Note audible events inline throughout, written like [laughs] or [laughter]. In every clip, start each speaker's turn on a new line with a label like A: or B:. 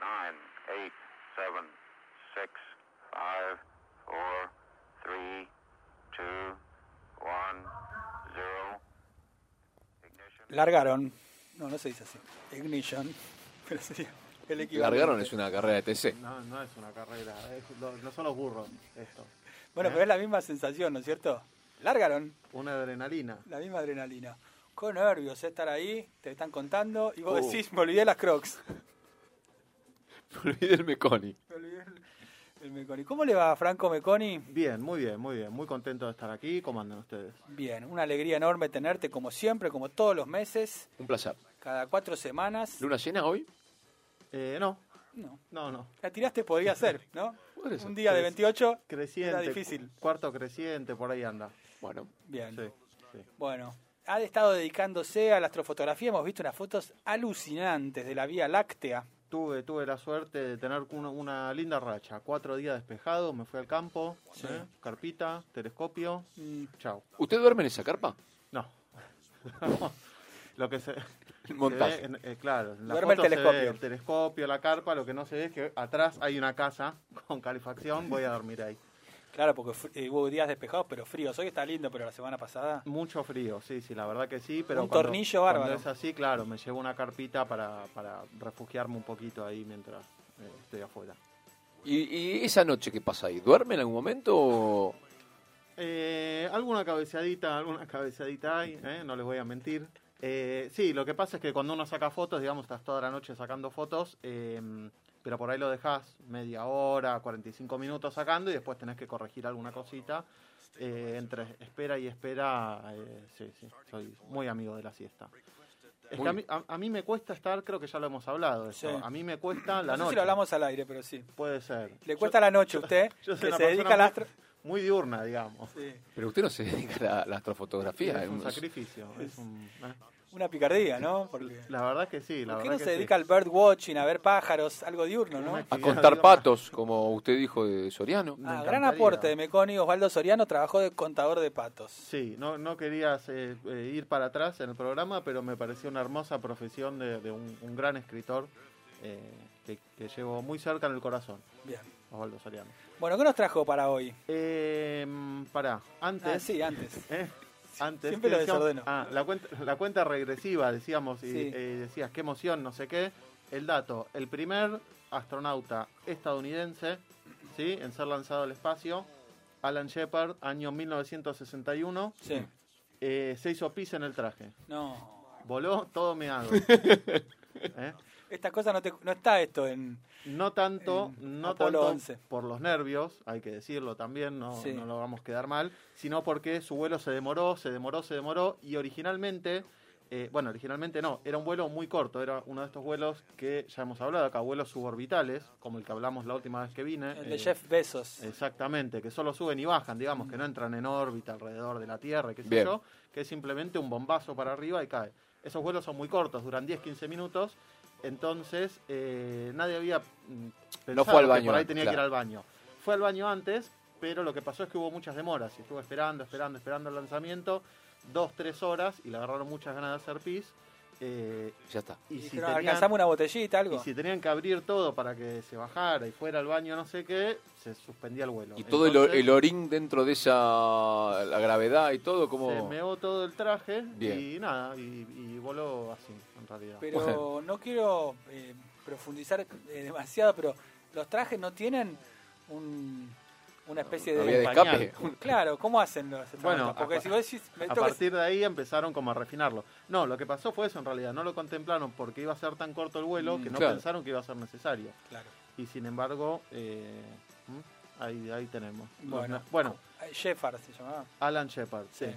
A: nine, eight, seven, six, five, four, three, two, one, zero. Ignition.
B: Largaron. No, no se dice así. Ignition. [laughs] Pero sería el equivalente.
C: Largaron es una carrera de
D: [laughs]
C: TC.
D: No, no es una carrera, es- no, no son los burros esto.
B: Bueno, pero es la misma sensación, ¿no es cierto? Largaron.
D: Una adrenalina.
B: La misma adrenalina. Con nervios, eh, estar ahí, te están contando y vos decís, me olvidé las crocs. [laughs]
C: Me olvidé el Meconi.
B: Me olvidé el, el Meconi. ¿Cómo le va a Franco Meconi?
D: Bien, muy bien, muy bien. Muy contento de estar aquí. ¿Cómo andan ustedes?
B: Bien, una alegría enorme tenerte como siempre, como todos los meses,
C: Un placer.
B: cada cuatro semanas.
C: ¿Luna llena hoy?
D: Eh, no,
B: No,
D: no, no.
B: la tiraste podría ser, ¿no?
C: Podría ser.
B: Un día de 28
D: Creciente.
B: era difícil.
D: cu- Cuarto creciente, por ahí anda.
C: Bueno,
B: Bien.
D: Sí, sí.
B: Bueno, ha estado dedicándose a la astrofotografía. Hemos visto unas fotos alucinantes de la Vía Láctea.
D: Tuve, tuve la suerte de tener una, una linda racha. Cuatro días despejados, me fui al campo,
B: Sí.
D: ¿eh? carpita, telescopio,
B: Mm,
D: chao.
C: ¿usted duerme en esa carpa? [laughs]
D: No. [laughs] lo que se,
C: El montaje.
D: se ve en- eh, claro, en la
B: Duerme el
D: foto se ve
B: telescopio.
D: el telescopio, la carpa, lo que no se ve es que atrás hay una casa [laughs] con calefacción, voy a dormir ahí.
B: Claro, porque fr- eh, hubo días despejados, pero fríos. Hoy está lindo, pero la semana pasada.
D: Mucho frío, sí, sí, la verdad que sí, pero
B: Un
D: cuando-
B: tornillo
D: cuando
B: bárbaro.
D: es así, claro, me llevo una carpita para, para refugiarme un poquito ahí mientras eh, estoy afuera.
C: ¿Y, y esa noche qué pasa ahí? ¿Duerme en algún momento o
D: Eh, alguna cabeceadita, alguna [laughs] cabeceadita hay, eh, no les voy a mentir. Eh, sí, lo que pasa es que cuando uno saca fotos, digamos, estás toda la noche sacando fotos, eh, pero por ahí lo dejas media hora, 45 minutos sacando y después tenés que corregir alguna cosita. Eh, entre espera y espera, eh, sí, sí, soy muy amigo de la siesta. Es que a mí, a- a mí me cuesta estar, creo que ya lo hemos hablado, de eso.
B: Sí.
D: a mí me cuesta la
B: no sé
D: noche.
B: si lo hablamos al aire, pero sí.
D: Puede ser.
B: Le
D: Yo-
B: cuesta la noche a usted,
D: yo soy
B: que
D: una
B: se dedica
D: persona
B: al
D: muy-
B: astro.
D: Muy diurna, digamos.
B: Sí,
C: Pero usted no se [laughs] dedica a la, la astrofotografía.
D: es un
C: Unos-
D: sacrificio. es un- eh.
B: Una picardía, ¿no? Porque,
D: La verdad que sí. La
B: ¿Por qué no
D: verdad que
B: se
D: sí.
B: dedica al bird watching, a ver pájaros, algo diurno, no?
D: Una [laughs]
C: a
D: actividad,
C: contar
D: digamos.
C: patos, como usted dijo de Soriano.
D: Me
B: Ah, gran
D: encantaría.
B: aporte de Meconi. Osvaldo Soriano trabajó de contador de patos.
D: Sí, no, no querías eh, eh, ir para atrás en el programa, pero me pareció una hermosa profesión de, de un, un gran escritor eh, que, que llevo muy cerca en el corazón,
B: Bien.
D: Osvaldo Soriano.
B: Bueno, ¿qué nos trajo para hoy?
D: Eh, pará, antes...
B: Ah, sí, antes.
D: ¿eh? Antes
B: Siempre
D: ¿qué
B: lo
D: decíamos?
B: desordeno.
D: Ah, la, cuenta, la cuenta regresiva, decíamos, y
B: Sí.
D: eh, decías, qué emoción, no sé qué. El dato, el primer astronauta estadounidense ¿sí? en ser lanzado al espacio, Alan Shepard, año 1961,
B: Sí.
D: eh, se hizo pis en el traje.
B: No.
D: Voló
B: [laughs]
D: todo meado. ¿Eh?
B: Esta cosa no, te- no está esto en...
D: No tanto,
B: En
D: no
B: Eh, Apolo
D: tanto
B: 11.
D: por los nervios, hay que decirlo también, no,
B: Sí.
D: no lo vamos a quedar mal, sino porque su vuelo se demoró, se demoró, se demoró y originalmente, eh, bueno, originalmente no, era un vuelo muy corto, era uno de estos vuelos que ya hemos hablado acá, vuelos suborbitales, como el que hablamos la última vez que vine.
B: El de
D: eh,
B: Jeff Bezos.
D: Exactamente, que solo suben y bajan, digamos, que no entran en órbita alrededor de la Tierra, qué sé
C: Bien.
D: yo, que es simplemente un bombazo para arriba y cae. Esos vuelos son muy cortos, duran 10-15 minutos, entonces eh, nadie había mm, pensado
C: fue al
D: que
C: baño
D: por ahí
C: antes,
D: tenía que ir
C: claro.
D: al baño. Fue al baño antes, pero lo que pasó es que hubo muchas demoras, y estuvo esperando, esperando, esperando el lanzamiento, dos, tres horas, y le agarraron muchas ganas de hacer pis, eh,
C: Ya está.
D: y,
B: Y
D: si
B: dijeron,
D: tenían-
B: alcanzamos una botellita,
D: y
B: algo.
D: si tenían que abrir todo para que se bajara y fuera al baño, no sé qué, se suspendía el vuelo.
C: Y todo el o-
D: Entonces,
C: el, orín dentro de esa la gravedad y todo,
D: Se
C: como...
D: meó todo el traje y
C: Bien.
D: nada, y, y voló así, en realidad.
B: Pero no quiero eh, profundizar eh, demasiado, pero los trajes no tienen un- una especie
C: Una vía de
B: de...
D: Un
C: escape.
D: [laughs]
B: Claro, ¿cómo hacen los
D: Bueno,
B: astronautas? Porque
D: a-
B: si vos decís... me
D: a
B: tengo que-
D: partir de ahí empezaron como a refinarlo. No, lo que pasó fue eso en realidad, no lo contemplaron porque iba a ser tan corto el vuelo
C: Mm,
D: que no
C: claro.
D: pensaron que iba a ser necesario.
B: Claro.
D: Y sin embargo, eh, ¿m? ahí, ahí tenemos.
B: Bueno.
D: Los- bueno,
B: Eh, Shepard se llamaba. Eh,
D: Alan Shepard, sí.
B: Sí.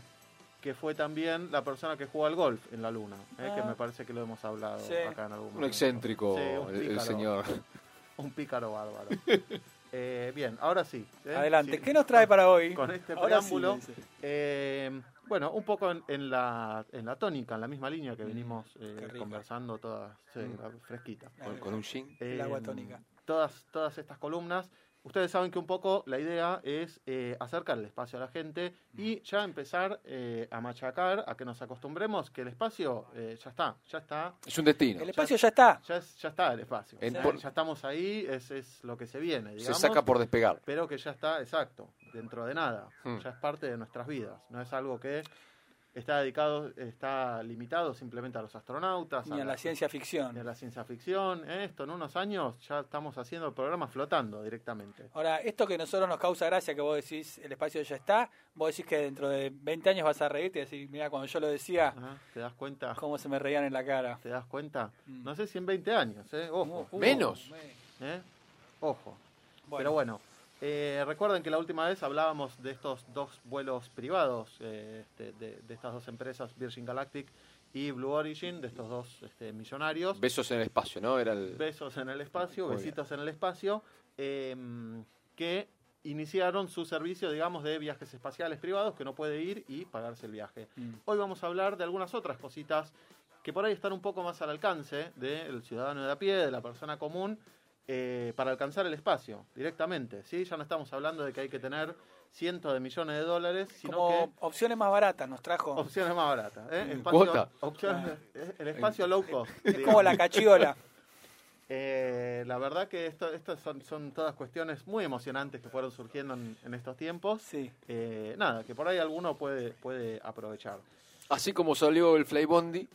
D: que fue también la persona que jugó al golf en la luna, ¿eh? que
B: Ah.
D: me parece que lo hemos hablado
B: Sí.
D: acá en algún
C: Un
D: momento.
C: excéntrico
D: Sí, un
C: el- el
D: pícaro.
C: señor.
D: Un
C: [laughs]
D: pícaro bárbaro. Eh, bien, ahora sí. ¿eh?
B: Adelante,
D: Sí.
B: ¿qué nos trae para hoy?
D: Con este
B: Ahora sí,
D: preámbulo,
B: dice.
D: eh, bueno, un poco en, en la, en la tónica, en la misma línea que venimos eh,
B: Mm, qué rico.
D: conversando todas, sí,
C: Mm.
D: fresquita.
C: Con, con un jean.
B: El agua
D: Eh,
B: tónica.
D: Todas, todas estas columnas Ustedes saben que un poco la idea es eh, acercar el espacio a la gente y ya empezar eh, a machacar, a que nos acostumbremos, que el espacio eh, ya está, ya está,
C: Es un destino.
B: El espacio ya está.
D: ya, es- ya está el espacio.
C: En
D: ya,
C: por-
D: ya estamos ahí, es, es lo que se viene,
C: Eh, Se
D: digamos.
C: saca por despegar.
D: Pero que ya está, exacto, dentro de nada.
C: Hmm.
D: Ya es parte de nuestras vidas. No es algo que está dedicado, está limitado simplemente a los astronautas.
B: Ni a la ciencia
D: ni a
B: ficción.
D: la ciencia ficción. ¿eh? Esto en unos años ya estamos haciendo el programa flotando directamente.
B: Ahora, esto que a nosotros nos causa gracia, que vos decís el espacio ya está, vos decís que dentro de 20 años vas a reírte y decir, mira, cuando yo lo decía,
D: Ajá, Ah, ¿Te das cuenta?
B: cómo se me reían en la cara.
D: ¿Te das cuenta?
B: Mm.
D: No sé si en 20 años, ¿eh? Ojo.
B: Uh, uh,
C: Menos.
B: me-
D: ¿eh? Ojo.
B: Bueno,
D: Pero bueno, eh, recuerden que la última vez hablábamos de estos dos vuelos privados, eh, este, de, de estas dos empresas, Virgin Galactic y Blue Origin, de estos dos este, millonarios.
C: Besos en el espacio, ¿no? Era el-
D: Besos en el espacio,
C: Muy
D: besitos en el espacio, eh, que iniciaron su servicio, digamos, de viajes espaciales privados, que no puede ir y pagarse el viaje.
B: mm,
D: Hoy vamos a hablar de algunas otras cositas que por ahí están un poco más al alcance del ciudadano de a pie, de la persona común, eh, para alcanzar el espacio directamente. ¿sí? Ya no estamos hablando de que hay que tener cientos de millones de dólares, sino
B: como
D: que
B: opciones más baratas nos trajo.
D: opciones más baratas. ¿eh?
C: Mm,
D: Espacio-
C: cuota.
D: opciones- eh, el espacio low cost.
B: Es como la
D: [laughs]
B: cachiola.
D: Eh, la verdad que esto, estas son, son todas cuestiones muy emocionantes que fueron surgiendo en, en estos tiempos.
B: Sí.
D: Eh, nada, que por ahí alguno puede, puede aprovechar.
C: Así como salió el Flybondi,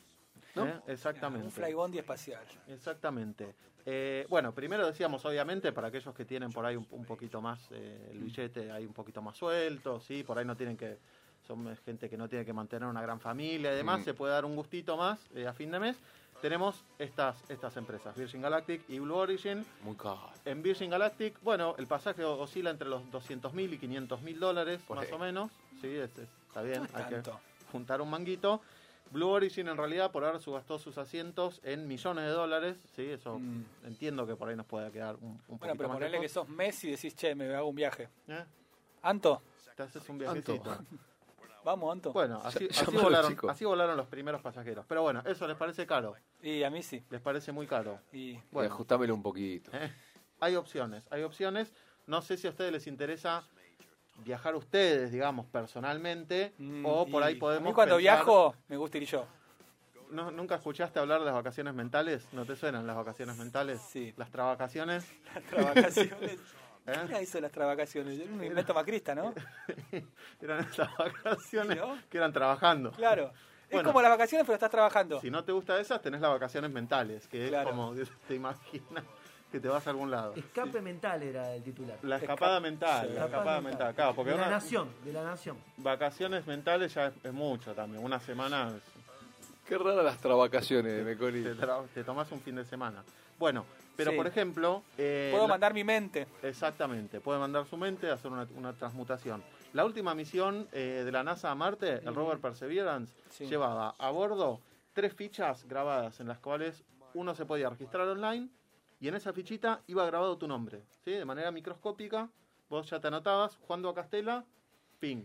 C: ¿no?
D: ¿eh? Exactamente.
B: Un flybondi espacial.
D: Exactamente. Eh, bueno, primero decíamos, obviamente, para aquellos que tienen por ahí un, un poquito más eh, el billete ahí un poquito más suelto, sí, por ahí no tienen que, son eh, gente que no tiene que mantener una gran familia y demás,
C: Mm.
D: se puede dar un gustito más eh, a fin de mes. Tenemos estas, estas empresas, Virgin Galactic y Blue Origin.
C: Muy caro.
D: En Virgin Galactic, bueno, el pasaje o- oscila entre los 200 mil y 500 mil dólares,
C: Por
D: más
C: ahí.
D: o menos. Sí, es- es- está bien,
B: No es
D: hay que
B: tanto.
D: juntar un manguito. Blue Origin en realidad por ahora subastó sus asientos en millones de dólares, sí, eso
B: Mm.
D: entiendo que por ahí nos pueda quedar un, un
B: Bueno,
D: poquito
B: pero
D: más
B: ponerle que
D: lejos.
B: sos Messi y decís, che, me hago un viaje.
D: ¿Eh?
B: Anto,
D: Te haces un viajecito.
C: Anto.
B: vamos, Anto. [laughs]
D: Bueno, así,
C: Ya-
D: así
C: llamalo,
D: volaron,
C: chico.
D: así volaron los primeros pasajeros. Pero bueno, eso les parece caro,
B: Y a mí sí.
D: les parece muy caro.
B: Y
D: Bueno,
C: Ajustámelo un poquito.
D: ¿eh? hay opciones, hay opciones. No sé si a ustedes les interesa viajar ustedes, digamos, personalmente,
B: Mm,
D: o por
B: y
D: ahí
B: A
D: podemos
B: mí cuando
D: pensar-
B: viajo me gusta ir yo. [laughs]
D: ¿No- ¿Nunca escuchaste hablar de las vacaciones mentales? ¿No te suenan las vacaciones mentales?
B: Sí.
D: Las ¿eh? trabacaciones.
B: [laughs] Las travacaciones.
D: ¿eh?
B: ¿Quién era Ah, eso de las travacaciones? Era un invento macrista,
D: [laughs]
B: ¿no?
D: Eran esas vacaciones
B: ¿Sí, no?
D: que eran trabajando.
B: Claro. Es
D: Bueno.
B: como las vacaciones, pero estás trabajando.
D: Si no te gusta esas, tenés las vacaciones mentales, que es
B: Claro.
D: como que te imaginas que te vas a algún lado.
E: Escape mental era el titular.
D: La escapada
B: Esca-
D: mental,
B: sí.
D: la escapada mental. Claro, porque
E: de la
D: una-
E: nación, de la nación.
D: vacaciones mentales ya es, es mucho también. Una semana es-
C: Qué raras las trabacaciones de Meconi.
D: te, tra- te tomás un fin de semana. Bueno, pero
B: Sí.
D: por ejemplo... eh,
B: Puedo
D: la-
B: mandar mi mente.
D: Exactamente, puede mandar su mente a hacer una, una transmutación. La última misión eh, de la NASA a Marte, el rover Perseverance,
B: Sí.
D: llevaba a bordo tres fichas grabadas en las cuales uno se podía registrar online y en esa fichita iba grabado tu nombre, ¿sí? De manera microscópica, vos ya te anotabas, Juan a Castela, ping,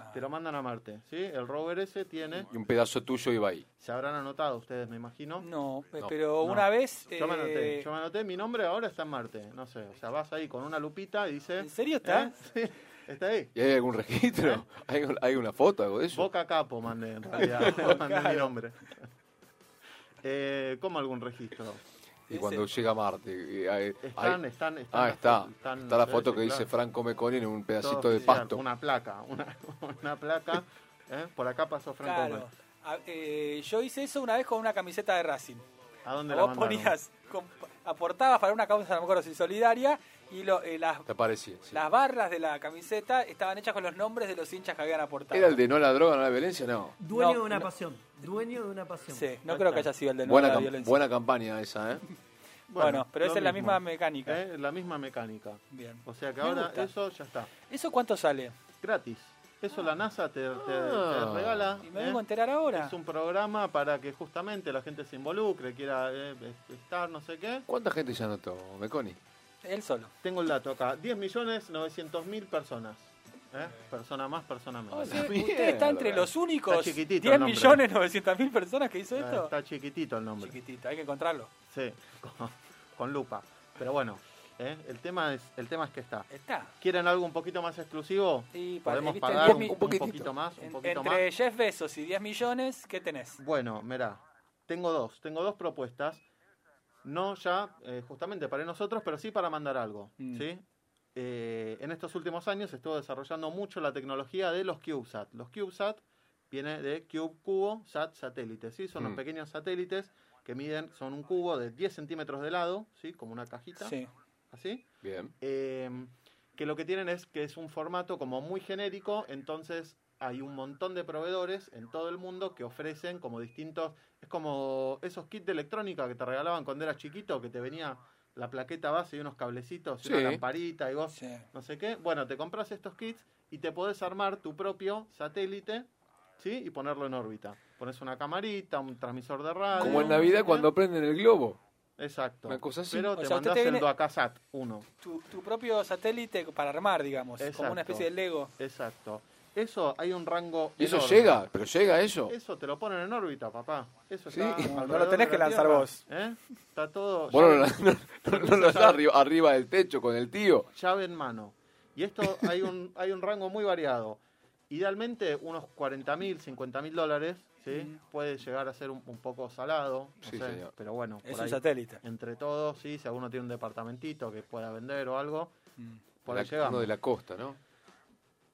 B: Ah.
D: te lo mandan a Marte, ¿sí? El rover ese tiene,
C: Y un pedazo tuyo iba ahí.
D: se habrán anotado ustedes, me imagino.
B: No, eh,
C: No,
B: pero
D: no.
B: una vez.
D: Yo me anoté,
B: eh,
D: yo me anoté, mi nombre ahora está en Marte, no sé, o sea, vas ahí con una lupita y dice...
B: ¿En serio está?
D: ¿Eh? [laughs] Sí, está ahí.
C: ¿Y hay algún
D: Eh.
C: registro? ¿Hay, hay una foto algo de eso?
D: Boca capo mandé
C: [laughs]
D: en realidad. [laughs] mandé mi nombre. Eh, ¿Cómo algún registro?
C: Y cuando llega Marte. eh, hay-
D: Están,
C: hay-
D: están, están.
C: ah,
D: las-
C: está.
D: están-
C: está la
D: sí,
C: foto
D: sí,
C: que dice
D: claro.
C: Franco Meconi en un
D: Todo
C: pedacito de
D: oficial,
C: pasto.
D: Una placa, una, [laughs] una placa. ¿eh? Por acá pasó Franco.
B: claro.
D: Meconi.
B: A- eh, yo hice eso una vez con una camiseta de Racing.
D: ¿A dónde la
B: Vos
D: mandaron?
B: ponías, com- aportabas para una causa, a lo mejor, si solidaria, y lo- eh, las,
C: Te parecía. sí.
B: las barras de la camiseta estaban hechas con los nombres de los hinchas que habían aportado.
C: ¿Era el de no la droga, no la violencia? No.
E: Dueño
B: No,
E: de una
B: no.
E: pasión. Dueño de una pasión.
B: Sí, no
D: Ahí
B: creo
D: está.
B: que haya sido el de no
C: Buena,
B: la
C: cam-
B: violencia.
C: buena campaña esa, ¿eh?
B: Bueno, pero
D: lo
B: esa es la
D: mismo,
B: misma mecánica.
D: ¿eh? La misma mecánica.
B: Bien.
D: O sea que
B: Me
D: ahora
B: gusta.
D: eso ya está.
B: ¿Eso cuánto sale?
D: Gratis. Eso la NASA te, te- te
C: Ah.
D: regala.
B: Y me
D: ¿eh?
B: vengo a enterar ahora.
D: Es un programa para que justamente la gente se involucre, quiera eh, estar, no sé qué.
C: ¿Cuánta gente se anotó, Meconi?
B: Él solo.
D: Tengo el dato acá. 10 millones 900 mil personas. ¿Eh? Persona más, persona menos.
B: O sea, Oh, usted
C: mierda,
B: está entre
C: la-
B: los únicos
D: Está chiquitito
B: 10
D: el nombre. Ah,
B: millones 900 mil personas que hizo
D: Está-
B: esto.
D: Está chiquitito el nombre. [laughs]
B: Chiquitito, hay que encontrarlo.
D: Sí, con, con lupa. Pero bueno, ¿eh? El, tema es, el tema es que está.
B: Está.
D: ¿Quieren algo un poquito más exclusivo?
B: Y para- eh,
D: Podemos
B: viste,
D: pagar
B: diez
D: un,
B: mi-
D: un
C: poquitito.
D: poquito más, un
B: En-
D: poquito más.
B: entre Jeff Bezos y 10 millones, ¿qué tenés?
D: Bueno, mira, tengo dos, tengo dos propuestas. No ya eh, justamente para nosotros, pero sí para mandar algo.
B: Mm.
D: ¿sí? Eh, en estos últimos años se estuvo desarrollando mucho la tecnología de los CubeSat. Los CubeSat viene de cube, cubo, sat, satélite. ¿sí? Son los
C: Mm.
D: pequeños satélites que miden, son un cubo de 10 centímetros de lado, ¿sí? como una cajita,
B: Sí.
D: así.
C: Bien.
D: Eh, que lo que tienen es que es un formato como muy genérico, entonces hay un montón de proveedores en todo el mundo que ofrecen como distintos, es como esos kits de electrónica que te regalaban cuando eras chiquito, que te venía la plaqueta base y unos cablecitos y
C: Sí.
D: una lamparita y vos
B: sí.
D: no sé qué. Bueno, te compras estos kits y te podés armar tu propio satélite, ¿sí? Y ponerlo en órbita. Pones una camarita, un transmisor de radio.
C: Como en
D: no sé
C: Navidad
D: qué.
C: cuando prenden el globo.
D: Exacto.
C: Una cosa así.
D: Pero
B: O
D: te
B: sea, usted
D: mandás
B: te viene-
D: el Doacasat 1.
B: Tu, tu propio satélite para armar, digamos, como
D: Exacto.
B: una especie de Lego.
D: Exacto. Eso hay un rango.
C: Y eso
D: enorme.
C: llega, pero llega eso.
D: Eso te lo ponen en órbita, papá. Eso
C: Sí.
D: está
C: No,
B: no
D: alrededor
B: lo tenés
D: de
B: que
D: la
B: lanzar
D: Tierra,
B: vos.
D: ¿eh? Está todo
C: Vos no,
D: llave,
C: lo-
D: [laughs]
C: no- no lo das arriba, arriba del techo con el tío.
D: llave en mano. Y esto hay
C: [laughs]
D: un, hay un rango muy variado. Idealmente unos 40 mil, 50 mil dólares, ¿sí? Puede llegar a ser un, un poco salado, no
C: Sí,
D: sé,
C: señor.
D: pero bueno,
B: Es
D: por
B: un
D: ahí,
B: satélite.
D: entre todos, ¿sí? Si alguno tiene un departamentito que pueda vender o algo,
B: Mm.
D: por
C: La-
D: ahí llegamos.
C: uno de la costa, ¿no?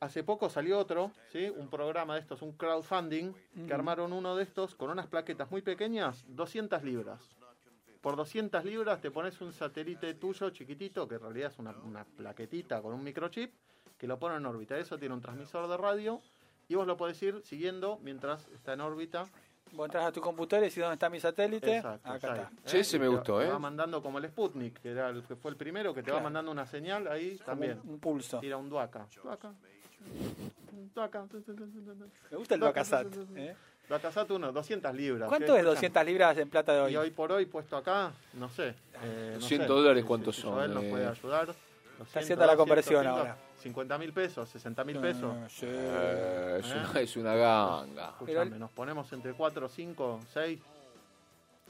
D: Hace poco salió otro, ¿sí? un programa de estos, un crowdfunding, que armaron uno de estos con unas plaquetas muy pequeñas, 200 libras. Por 200 libras te pones un satélite tuyo chiquitito, que en realidad es una, una plaquetita con un microchip, que lo pone en órbita. Eso tiene un transmisor de radio y vos lo podés ir siguiendo mientras está en órbita.
B: Vos entras a tu computadora y decís dónde está mi satélite.
D: Exacto,
B: Acá
D: está
B: está.
D: ahí,
C: Sí, ese
D: Y
C: me
D: te-
C: gustó,
D: te
C: ¿eh?
D: va mandando como el Sputnik, que, era el, que fue el primero, que te va
B: Claro.
D: mandando una señal ahí
B: Como
D: también.
B: Un, un pulso.
D: Tira un duaca. Duaca. Duaca.
B: Me gusta el Bacasat. ¿eh?
D: La tasate uno, 200 libras.
B: ¿Cuánto
D: ¿Qué?
B: es 200 libras en plata de
D: Y
B: hoy?
D: hoy por hoy puesto acá, no sé. eh, no
C: 200
D: sé.
C: dólares,
D: Si-
C: ¿cuántos
D: si
C: son?
D: Joel nos
C: Eh,
D: puede ayudar. 200,
B: haciendo la conversión
D: 105,
B: ahora.
D: 50 mil pesos, 60 mil pesos.
B: Ah, sí.
C: Eh, es, una, es una ganga.
D: Escuchame,
B: Pero-
D: nos ponemos entre 4, 5, 6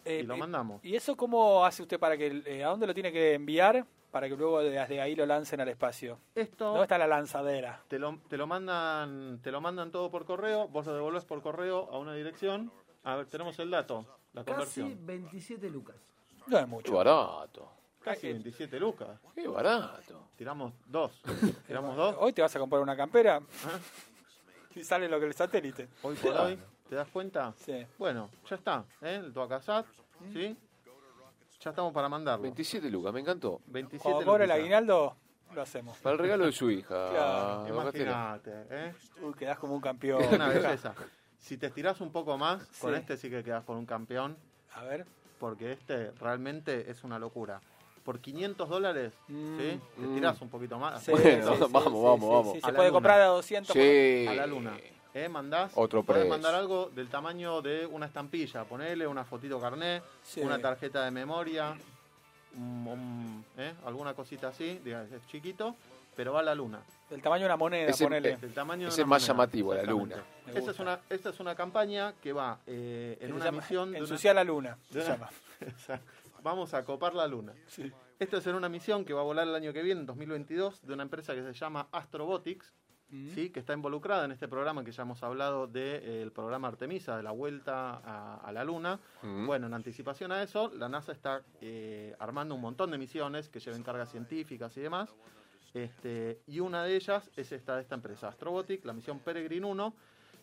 B: Eh,
D: y lo
B: eh,
D: mandamos.
B: ¿Y eso cómo hace usted para que... el- eh, ¿A dónde lo tiene que enviar para que luego desde ahí lo lancen al espacio?
D: Esto
B: ¿Dónde está la lanzadera?
D: te, lo, te, lo mandan, te lo mandan todo por correo, vos lo devolvés por correo a una dirección. A ver, tenemos el dato, la
E: Casi
D: conversión.
E: 27 lucas.
B: No es
C: Qué
B: mucho.
C: barato.
D: Casi
B: eh,
D: 27 lucas.
C: Qué barato.
D: Tiramos
B: [laughs]
D: dos. Tiramos dos.
B: Hoy te vas a comprar una campera
D: ¿Ah?
B: y sale lo que el satélite.
D: Hoy por hoy, ¿te das cuenta?
B: Sí.
D: Bueno, ya está, ¿eh? El Tuacasat, ¿sí? Ya estamos para mandarlo.
C: 27 lucas, me encantó.
D: 27
B: Cuando cobre el
D: lucas.
B: aguinaldo, lo hacemos.
C: Para el regalo de su
D: [laughs]
C: hija.
B: Claro,
C: Bacatela.
D: Imagínate, ¿eh?
B: Uy, quedás como un campeón.
D: Una belleza. Si te estirás un poco más, con
B: Sí.
D: este sí que quedas con un campeón,
B: A ver.
D: porque este realmente es una locura. Por 500 dólares,
B: Mm.
D: ¿sí? Te
C: Mm.
D: estirás un poquito más.
B: Sí,
D: [laughs]
C: Bueno,
B: sí, sí,
C: vamos,
B: sí,
C: vamos,
B: sí,
C: vamos.
B: sí,
D: A
B: Se
D: la
B: puede
D: luna.
B: comprar a 200.
C: Sí.
D: a la luna. ¿Eh? Mandás.
C: Otro
D: Podés
C: precio.
D: mandar algo del tamaño de una estampilla. Ponele una fotito carné,
B: Sí.
D: una tarjeta de memoria, un- un- ¿eh? alguna cosita así. diga, es chiquito, pero va a la luna.
B: Del tamaño de una moneda,
C: Ese-
B: ponele.
D: Del tamaño de
C: Ese
D: una
C: es más
D: moneda,
C: llamativo, la
D: exactamente.
C: luna.
B: Me
D: Esta es,
B: gusta.
D: una, esta es una campaña que va eh, en
B: Se
D: una
B: llama
D: misión. de una- [laughs]
B: Ensuciar la luna.
D: de
B: Se
D: una-
B: llama.
D: Exacto. Vamos a copar la luna.
B: Sí.
D: Esto es en una misión que va a volar el año que viene, en 2022, de una empresa que se llama Astrobotics,
B: Mm.
D: ¿sí? que está involucrada en este programa que ya hemos hablado del programa Artemisa, de la vuelta a, a la Luna.
C: Mm.
D: Bueno, en anticipación a eso, la NASA está eh, armando un montón de misiones que lleven cargas científicas y demás. Este, y una de ellas es esta de esta empresa, Astrobotic, la misión Peregrine 1,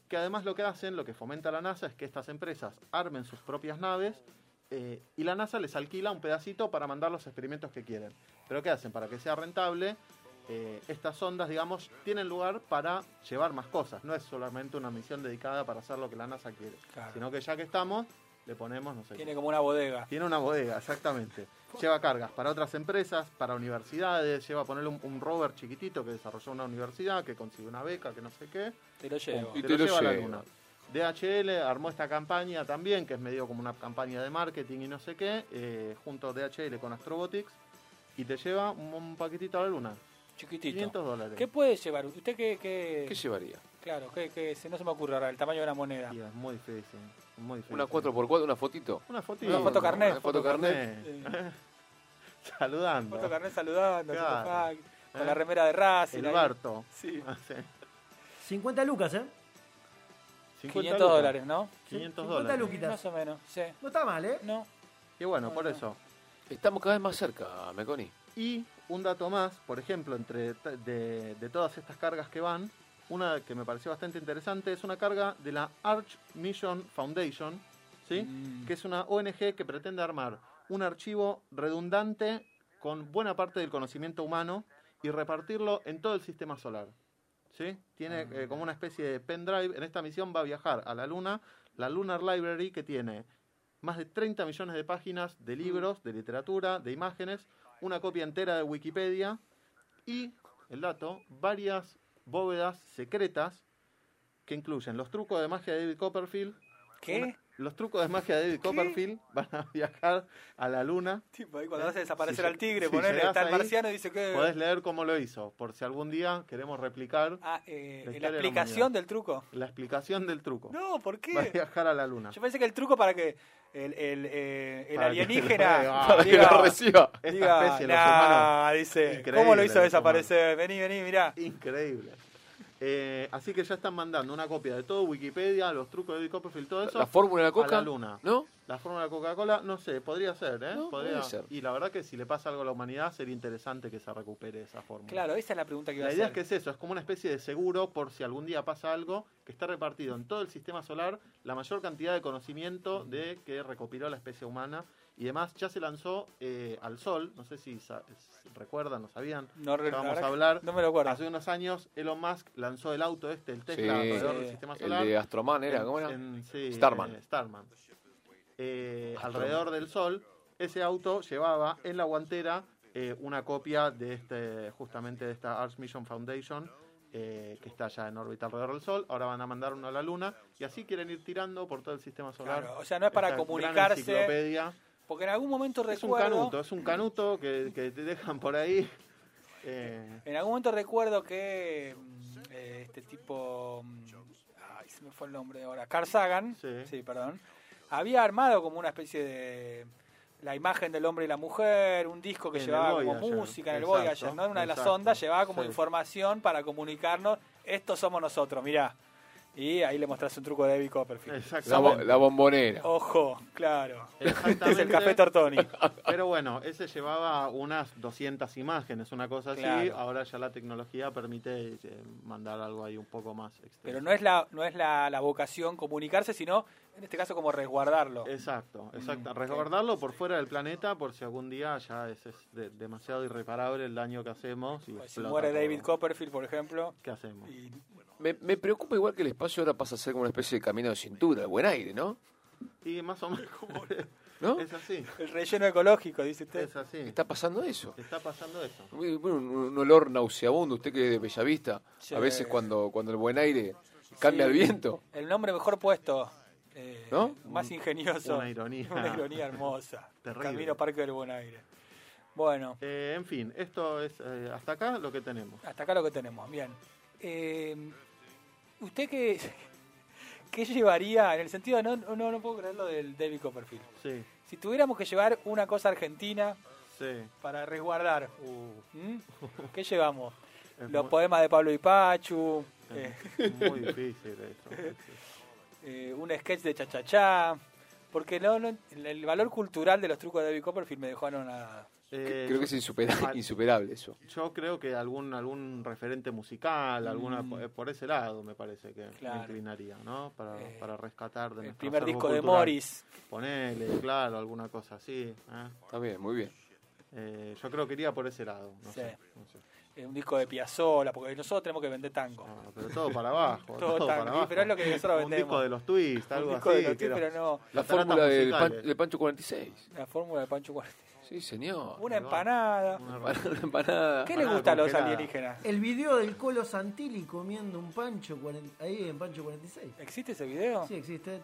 D: que además lo que hacen, lo que fomenta la NASA es que estas empresas armen sus propias naves eh, y la NASA les alquila un pedacito para mandar los experimentos que quieren. Pero ¿qué hacen? Para que sea rentable, eh, estas ondas, digamos, tienen lugar para llevar más cosas. No es solamente una misión dedicada para hacer lo que la NASA quiere,
B: Claro.
D: sino que ya que estamos, le ponemos, no sé,
B: Tiene como una bodega.
D: tiene una bodega, exactamente. Lleva cargas para otras empresas, para universidades, lleva a ponerle un, un rover chiquitito que desarrolló una universidad, que consiguió una beca, que no sé qué.
B: Te lo llevo.
C: Y
D: Te
C: te
D: lo
C: lo
D: lleva a la
C: lleva.
D: luna. DHL armó esta campaña también, que es medio como una campaña de marketing y no sé qué, eh, junto DHL con Astrobotics, y te lleva un, un paquetito a la luna.
B: Chiquitito.
D: 500 dólares.
B: ¿Qué puede llevar? ¿Usted qué? qué...
C: ¿Qué llevaría?
B: Claro, que, que se, no se me ocurre ahora el tamaño de una moneda.
D: Y es muy difícil. Muy difícil.
C: ¿Una 4x4, una fotito?
D: Una fotito.
B: Una foto carné.
C: Una foto carnet.
D: carné.
B: Eh,
D: saludando.
B: Puerto Carnet saludando,
D: Claro.
B: haciendo hack, con
D: ¿Eh?
B: la remera de Racing.
D: El
B: ahí.
D: Barto.
B: Sí.
D: Ah, sí.
E: 50 lucas, ¿eh?
D: 50
B: 500
D: lucas.
B: dólares, ¿no?
D: 500
E: 50
D: dólares.
E: lucas. Poquitas.
B: Más o menos, sí.
E: No está mal, ¿eh?
B: No,
D: Y bueno, por eso.
C: Estamos cada vez más cerca, Meconi.
D: Y un dato más, por ejemplo, entre ta- de, de todas estas cargas que van, una que me pareció bastante interesante es una carga de la Arch Mission Foundation, ¿sí?
B: Mm.
D: que es una ONG que pretende armar un archivo redundante con buena parte del conocimiento humano y repartirlo en todo el sistema solar. ¿sí? Tiene eh, como una especie de pendrive. En esta misión va a viajar a la Luna, la Lunar Library, que tiene más de 30 millones de páginas de libros, de literatura, de imágenes, una copia entera de Wikipedia y, el dato, varias bóvedas secretas que incluyen los trucos de magia de David Copperfield,
B: ¿qué?
D: una- los trucos de magia de David Copperfield van a [laughs] viajar a la luna.
B: Tipo, ahí cuando hace desaparecer
D: ¿Eh? Si
B: al tigre,
D: lleg- si
B: ponele,
D: llegás
B: está el
D: ahí,
B: marciano y dice que...
D: Podés leer cómo lo hizo, por si algún día queremos replicar
B: Ah, eh, la
D: La historia de la
B: explicación
D: humanidad.
B: del truco.
D: la explicación del truco.
B: No, ¿por qué?
D: Va a viajar a la luna.
B: Yo pensé que el truco para que el, el, eh, el
D: Para que-
B: alienígena...
C: [laughs]
D: Para
C: que lo
B: diga-
C: reciba.
D: Esta
B: diga,
D: especie, los humanos.
B: "Nah", dice,
D: Increíble,
B: ¿cómo lo hizo
D: los
B: desaparecer? Vení, vení, mirá.
D: Increíble. Eh, así que ya están mandando una copia de todo Wikipedia, los trucos de David Copperfield, todo eso.
C: La fórmula de la coca.
D: A la luna.
C: ¿No?
D: La fórmula de Coca-Cola, no sé, podría ser, ¿eh?
C: No,
D: podría
C: puede ser.
D: Y la verdad que si le pasa algo a la humanidad sería interesante que se recupere esa fórmula.
B: Claro, esa es la pregunta que iba
D: La
B: a
D: idea es
B: hacer.
D: que es eso, es como una especie de seguro por si algún día pasa algo que está repartido en todo el sistema solar la mayor cantidad de conocimiento de que recopiló la especie humana y demás ya se lanzó eh, al sol, no sé si sa- si recuerdan, no sabían,
B: No,
D: ya vamos
B: ahora-
D: a hablar.
B: No me lo acuerdo.
D: Hace unos años Elon Musk lanzó el auto este, el Tesla,
C: Sí.
D: alrededor del
B: Sí.
D: sistema
C: El
D: solar.
C: de Astroman era,
D: En-
C: ¿cómo era?
D: en- sí,
C: Starman. Ah,
D: eh, Starman. Eh, alrededor del sol, ese auto llevaba en la guantera eh, una copia de este, justamente de esta Arts Mission Foundation, eh, que está ya en órbita alrededor del sol. Ahora van a mandar uno a la Luna y así quieren ir tirando por todo el sistema solar.
B: Claro, o sea, no es para
D: Esta gran
B: comunicarse.
D: enciclopedia.
B: Porque en algún momento
D: Es un
B: recuerdo...
D: canuto, es un canuto que, que te dejan por ahí. Eh,
B: En algún momento recuerdo que mm, eh, este tipo, mm, ay, se me fue el nombre ahora, Carl Sagan,
D: Sí.
B: perdón, había armado como una especie de la imagen del hombre y la mujer, un disco que
D: En el
B: llevaba como
D: Voyager,
B: música en el
D: exacto,
B: Voyager, ¿no? En una de las
D: exacto,
B: ondas llevaba como
D: sí.
B: información para comunicarnos, estos somos nosotros, mirá. Y ahí le mostrás un truco de David Copperfield.
C: La, bo-
D: exactamente.
C: la bombonera.
B: Ojo, claro.
D: Exactamente.
B: Es el café
D: [laughs]
B: Tortoni.
D: Pero bueno, ese llevaba unas 200 imágenes, una cosa así.
B: Claro.
D: Ahora ya la tecnología permite eh, mandar algo ahí un poco más extenso.
B: Pero no es la, no es la, la vocación comunicarse, sino en este caso como resguardarlo.
D: Exacto, exacto.
B: Mm,
D: Resguardarlo por fuera del planeta por si algún día ya es, es de- demasiado irreparable el daño que hacemos. Y
B: Pues si
D: explota
B: muere
D: todo.
B: David Copperfield, por ejemplo,
D: ¿Qué hacemos?
B: y
C: Me, me preocupa igual que el espacio ahora pasa a ser como una especie de camino de cintura, de buen aire, ¿no?
D: Y más o menos [laughs] como es.
C: ¿No?
D: Es así,
B: el relleno ecológico, dice usted.
D: es así.
C: Está pasando eso.
D: Está pasando eso.
C: Uy, bueno, un, un olor nauseabundo, usted que es de Bellavista,
B: Sí.
C: a veces cuando, cuando el buen aire cambia el viento.
B: El nombre mejor puesto, eh,
C: ¿No?
B: más ingenioso.
D: Una ironía.
B: [laughs] Una ironía hermosa.
D: [laughs] Terrible.
B: Camino Parque del Buen Aire. Bueno,
D: Eh, en fin, esto es eh, hasta acá lo que tenemos.
B: hasta acá lo que tenemos. Bien. Eh, ¿Usted qué, [laughs] qué llevaría, en el sentido, de no, no, no puedo creer lo del David Copperfield?
D: Sí,
B: Si tuviéramos que llevar una cosa argentina
D: sí.
B: para resguardar,
D: Uh,
B: ¿m? ¿qué llevamos?
D: [laughs] es
B: Los
D: muy-
B: poemas de Pablo y Pachu. eh,
D: Es Muy difícil
B: [laughs]
D: esto.
B: eh, un sketch de chachachá. Porque no, no- el- el valor cultural de los trucos de David Copperfield me dejaron a.
D: Eh,
C: Creo que es insupera-
D: Ah.
C: insuperable eso.
D: Yo creo que algún algún referente musical, alguna po- eh, por ese lado me parece que
B: Mm. Claro.
D: me inclinaría, ¿no? Para,
B: Eh,
D: para rescatar de
B: El
D: nuestro
B: primer
D: acervo
B: disco de
D: cultural.
B: Morris.
D: Ponele, claro, alguna cosa así. ¿eh?
C: Está bien, muy bien.
D: Eh, yo creo que iría por ese lado. No
B: Sí.
D: sé, no sé.
B: eh, Un disco de Piazzola, porque nosotros tenemos que vender tango.
D: No, pero todo
B: [laughs]
D: para
B: Todo
D: abajo.
B: tango,
D: todo para abajo.
B: pero es lo que nosotros
D: Un
B: vendemos.
D: disco de los twists, algo
B: un disco
D: así.
B: de los
D: que
B: Twist,
D: era-
B: pero no.
C: La
D: Cataratas
C: fórmula del, pan-
D: musicales.
C: del Pancho 46.
B: La fórmula de Pancho Cuarto.
C: Sí, señor.
B: Una
D: Ahí va.
B: empanada.
D: Una
C: Para una empanada.
B: ¿Qué le
D: empanada
B: gusta a los
D: congelada.
B: alienígenas?
E: El video del Colo Santilli comiendo un pancho cuaren- ahí en Pancho 46.
B: ¿Existe ese video?
E: Sí, existe.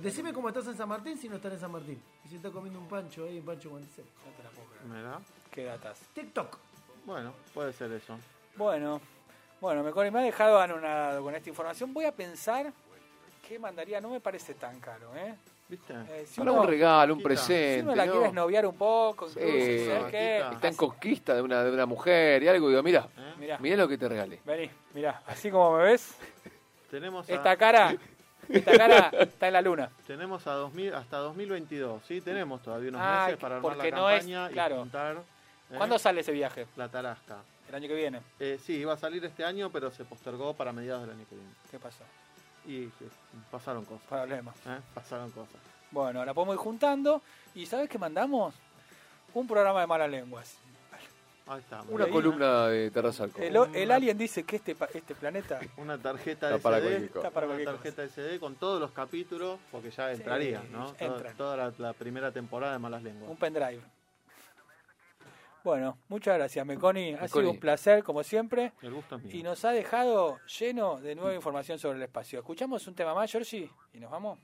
E: Decime cómo estás en San Martín si no estás en San Martín. Y si estás comiendo un pancho ahí en Pancho 46.
B: No te la puedo creer.
D: ¿Verdad?
B: Qué datas.
E: TikTok.
D: Bueno, puede ser eso.
B: Bueno, bueno, me, me ha dejado anonadado con esta información. Voy a pensar qué mandaría. No me parece tan caro, ¿eh?
D: ¿Viste?
B: Eh, si
C: Para
B: uno-
C: un regalo, un
D: quizá.
B: si
C: presente.
B: uno la
C: ¿no?
B: quiere esnoviar un poco,
C: Sí.
B: incluso, ¿sabes
C: Sí,
B: qué?
D: quizá.
C: Está en conquista de una, de una mujer y algo. Digo, mira,
D: ¿Eh?
B: Mirá,
C: mirá lo que te regalé.
B: vení, mirá, así como me ves,
D: Tenemos a,
B: esta cara, esta cara está en la
C: [laughs]
B: luna.
D: tenemos a 2000, hasta 2022, ¿sí? Tenemos todavía unos
B: Ah,
D: meses para armar la
B: porque no es-
D: campaña
B: claro.
D: y juntar ¿eh?
B: ¿Cuándo sale ese viaje?
D: la tarasca.
B: El año que viene.
D: Eh, sí, iba a salir este año, pero se postergó para mediados del año que viene.
B: ¿Qué pasó?
D: Y sí, pasaron cosas.
B: Problema.
D: ¿eh? Pasaron cosas.
B: Bueno, la podemos ir juntando. ¿Y sabes qué mandamos? Un programa de malas lenguas.
D: Ahí está. muy
C: Una
D: bien, ¿eh?
C: columna de Terrazalco.
B: El, o- el alien dice que este, pa- este planeta
D: Una tarjeta
C: Está
D: SD.
C: para cualquier cosa.
B: está para
D: una
B: cualquier cosa.
D: tarjeta SD con todos los capítulos, porque ya
B: Sí,
D: entrarían, ¿no? Toda,
B: entran.
D: toda la, la primera temporada de Malas Lenguas.
B: Un pendrive. Bueno, muchas gracias, Meconi. Ha sido
C: Meconi.
B: un placer, como siempre.
D: El gusto es mío.
B: Y nos ha dejado lleno de nueva información sobre el espacio. Escuchamos un tema más, Georgie, y nos vamos.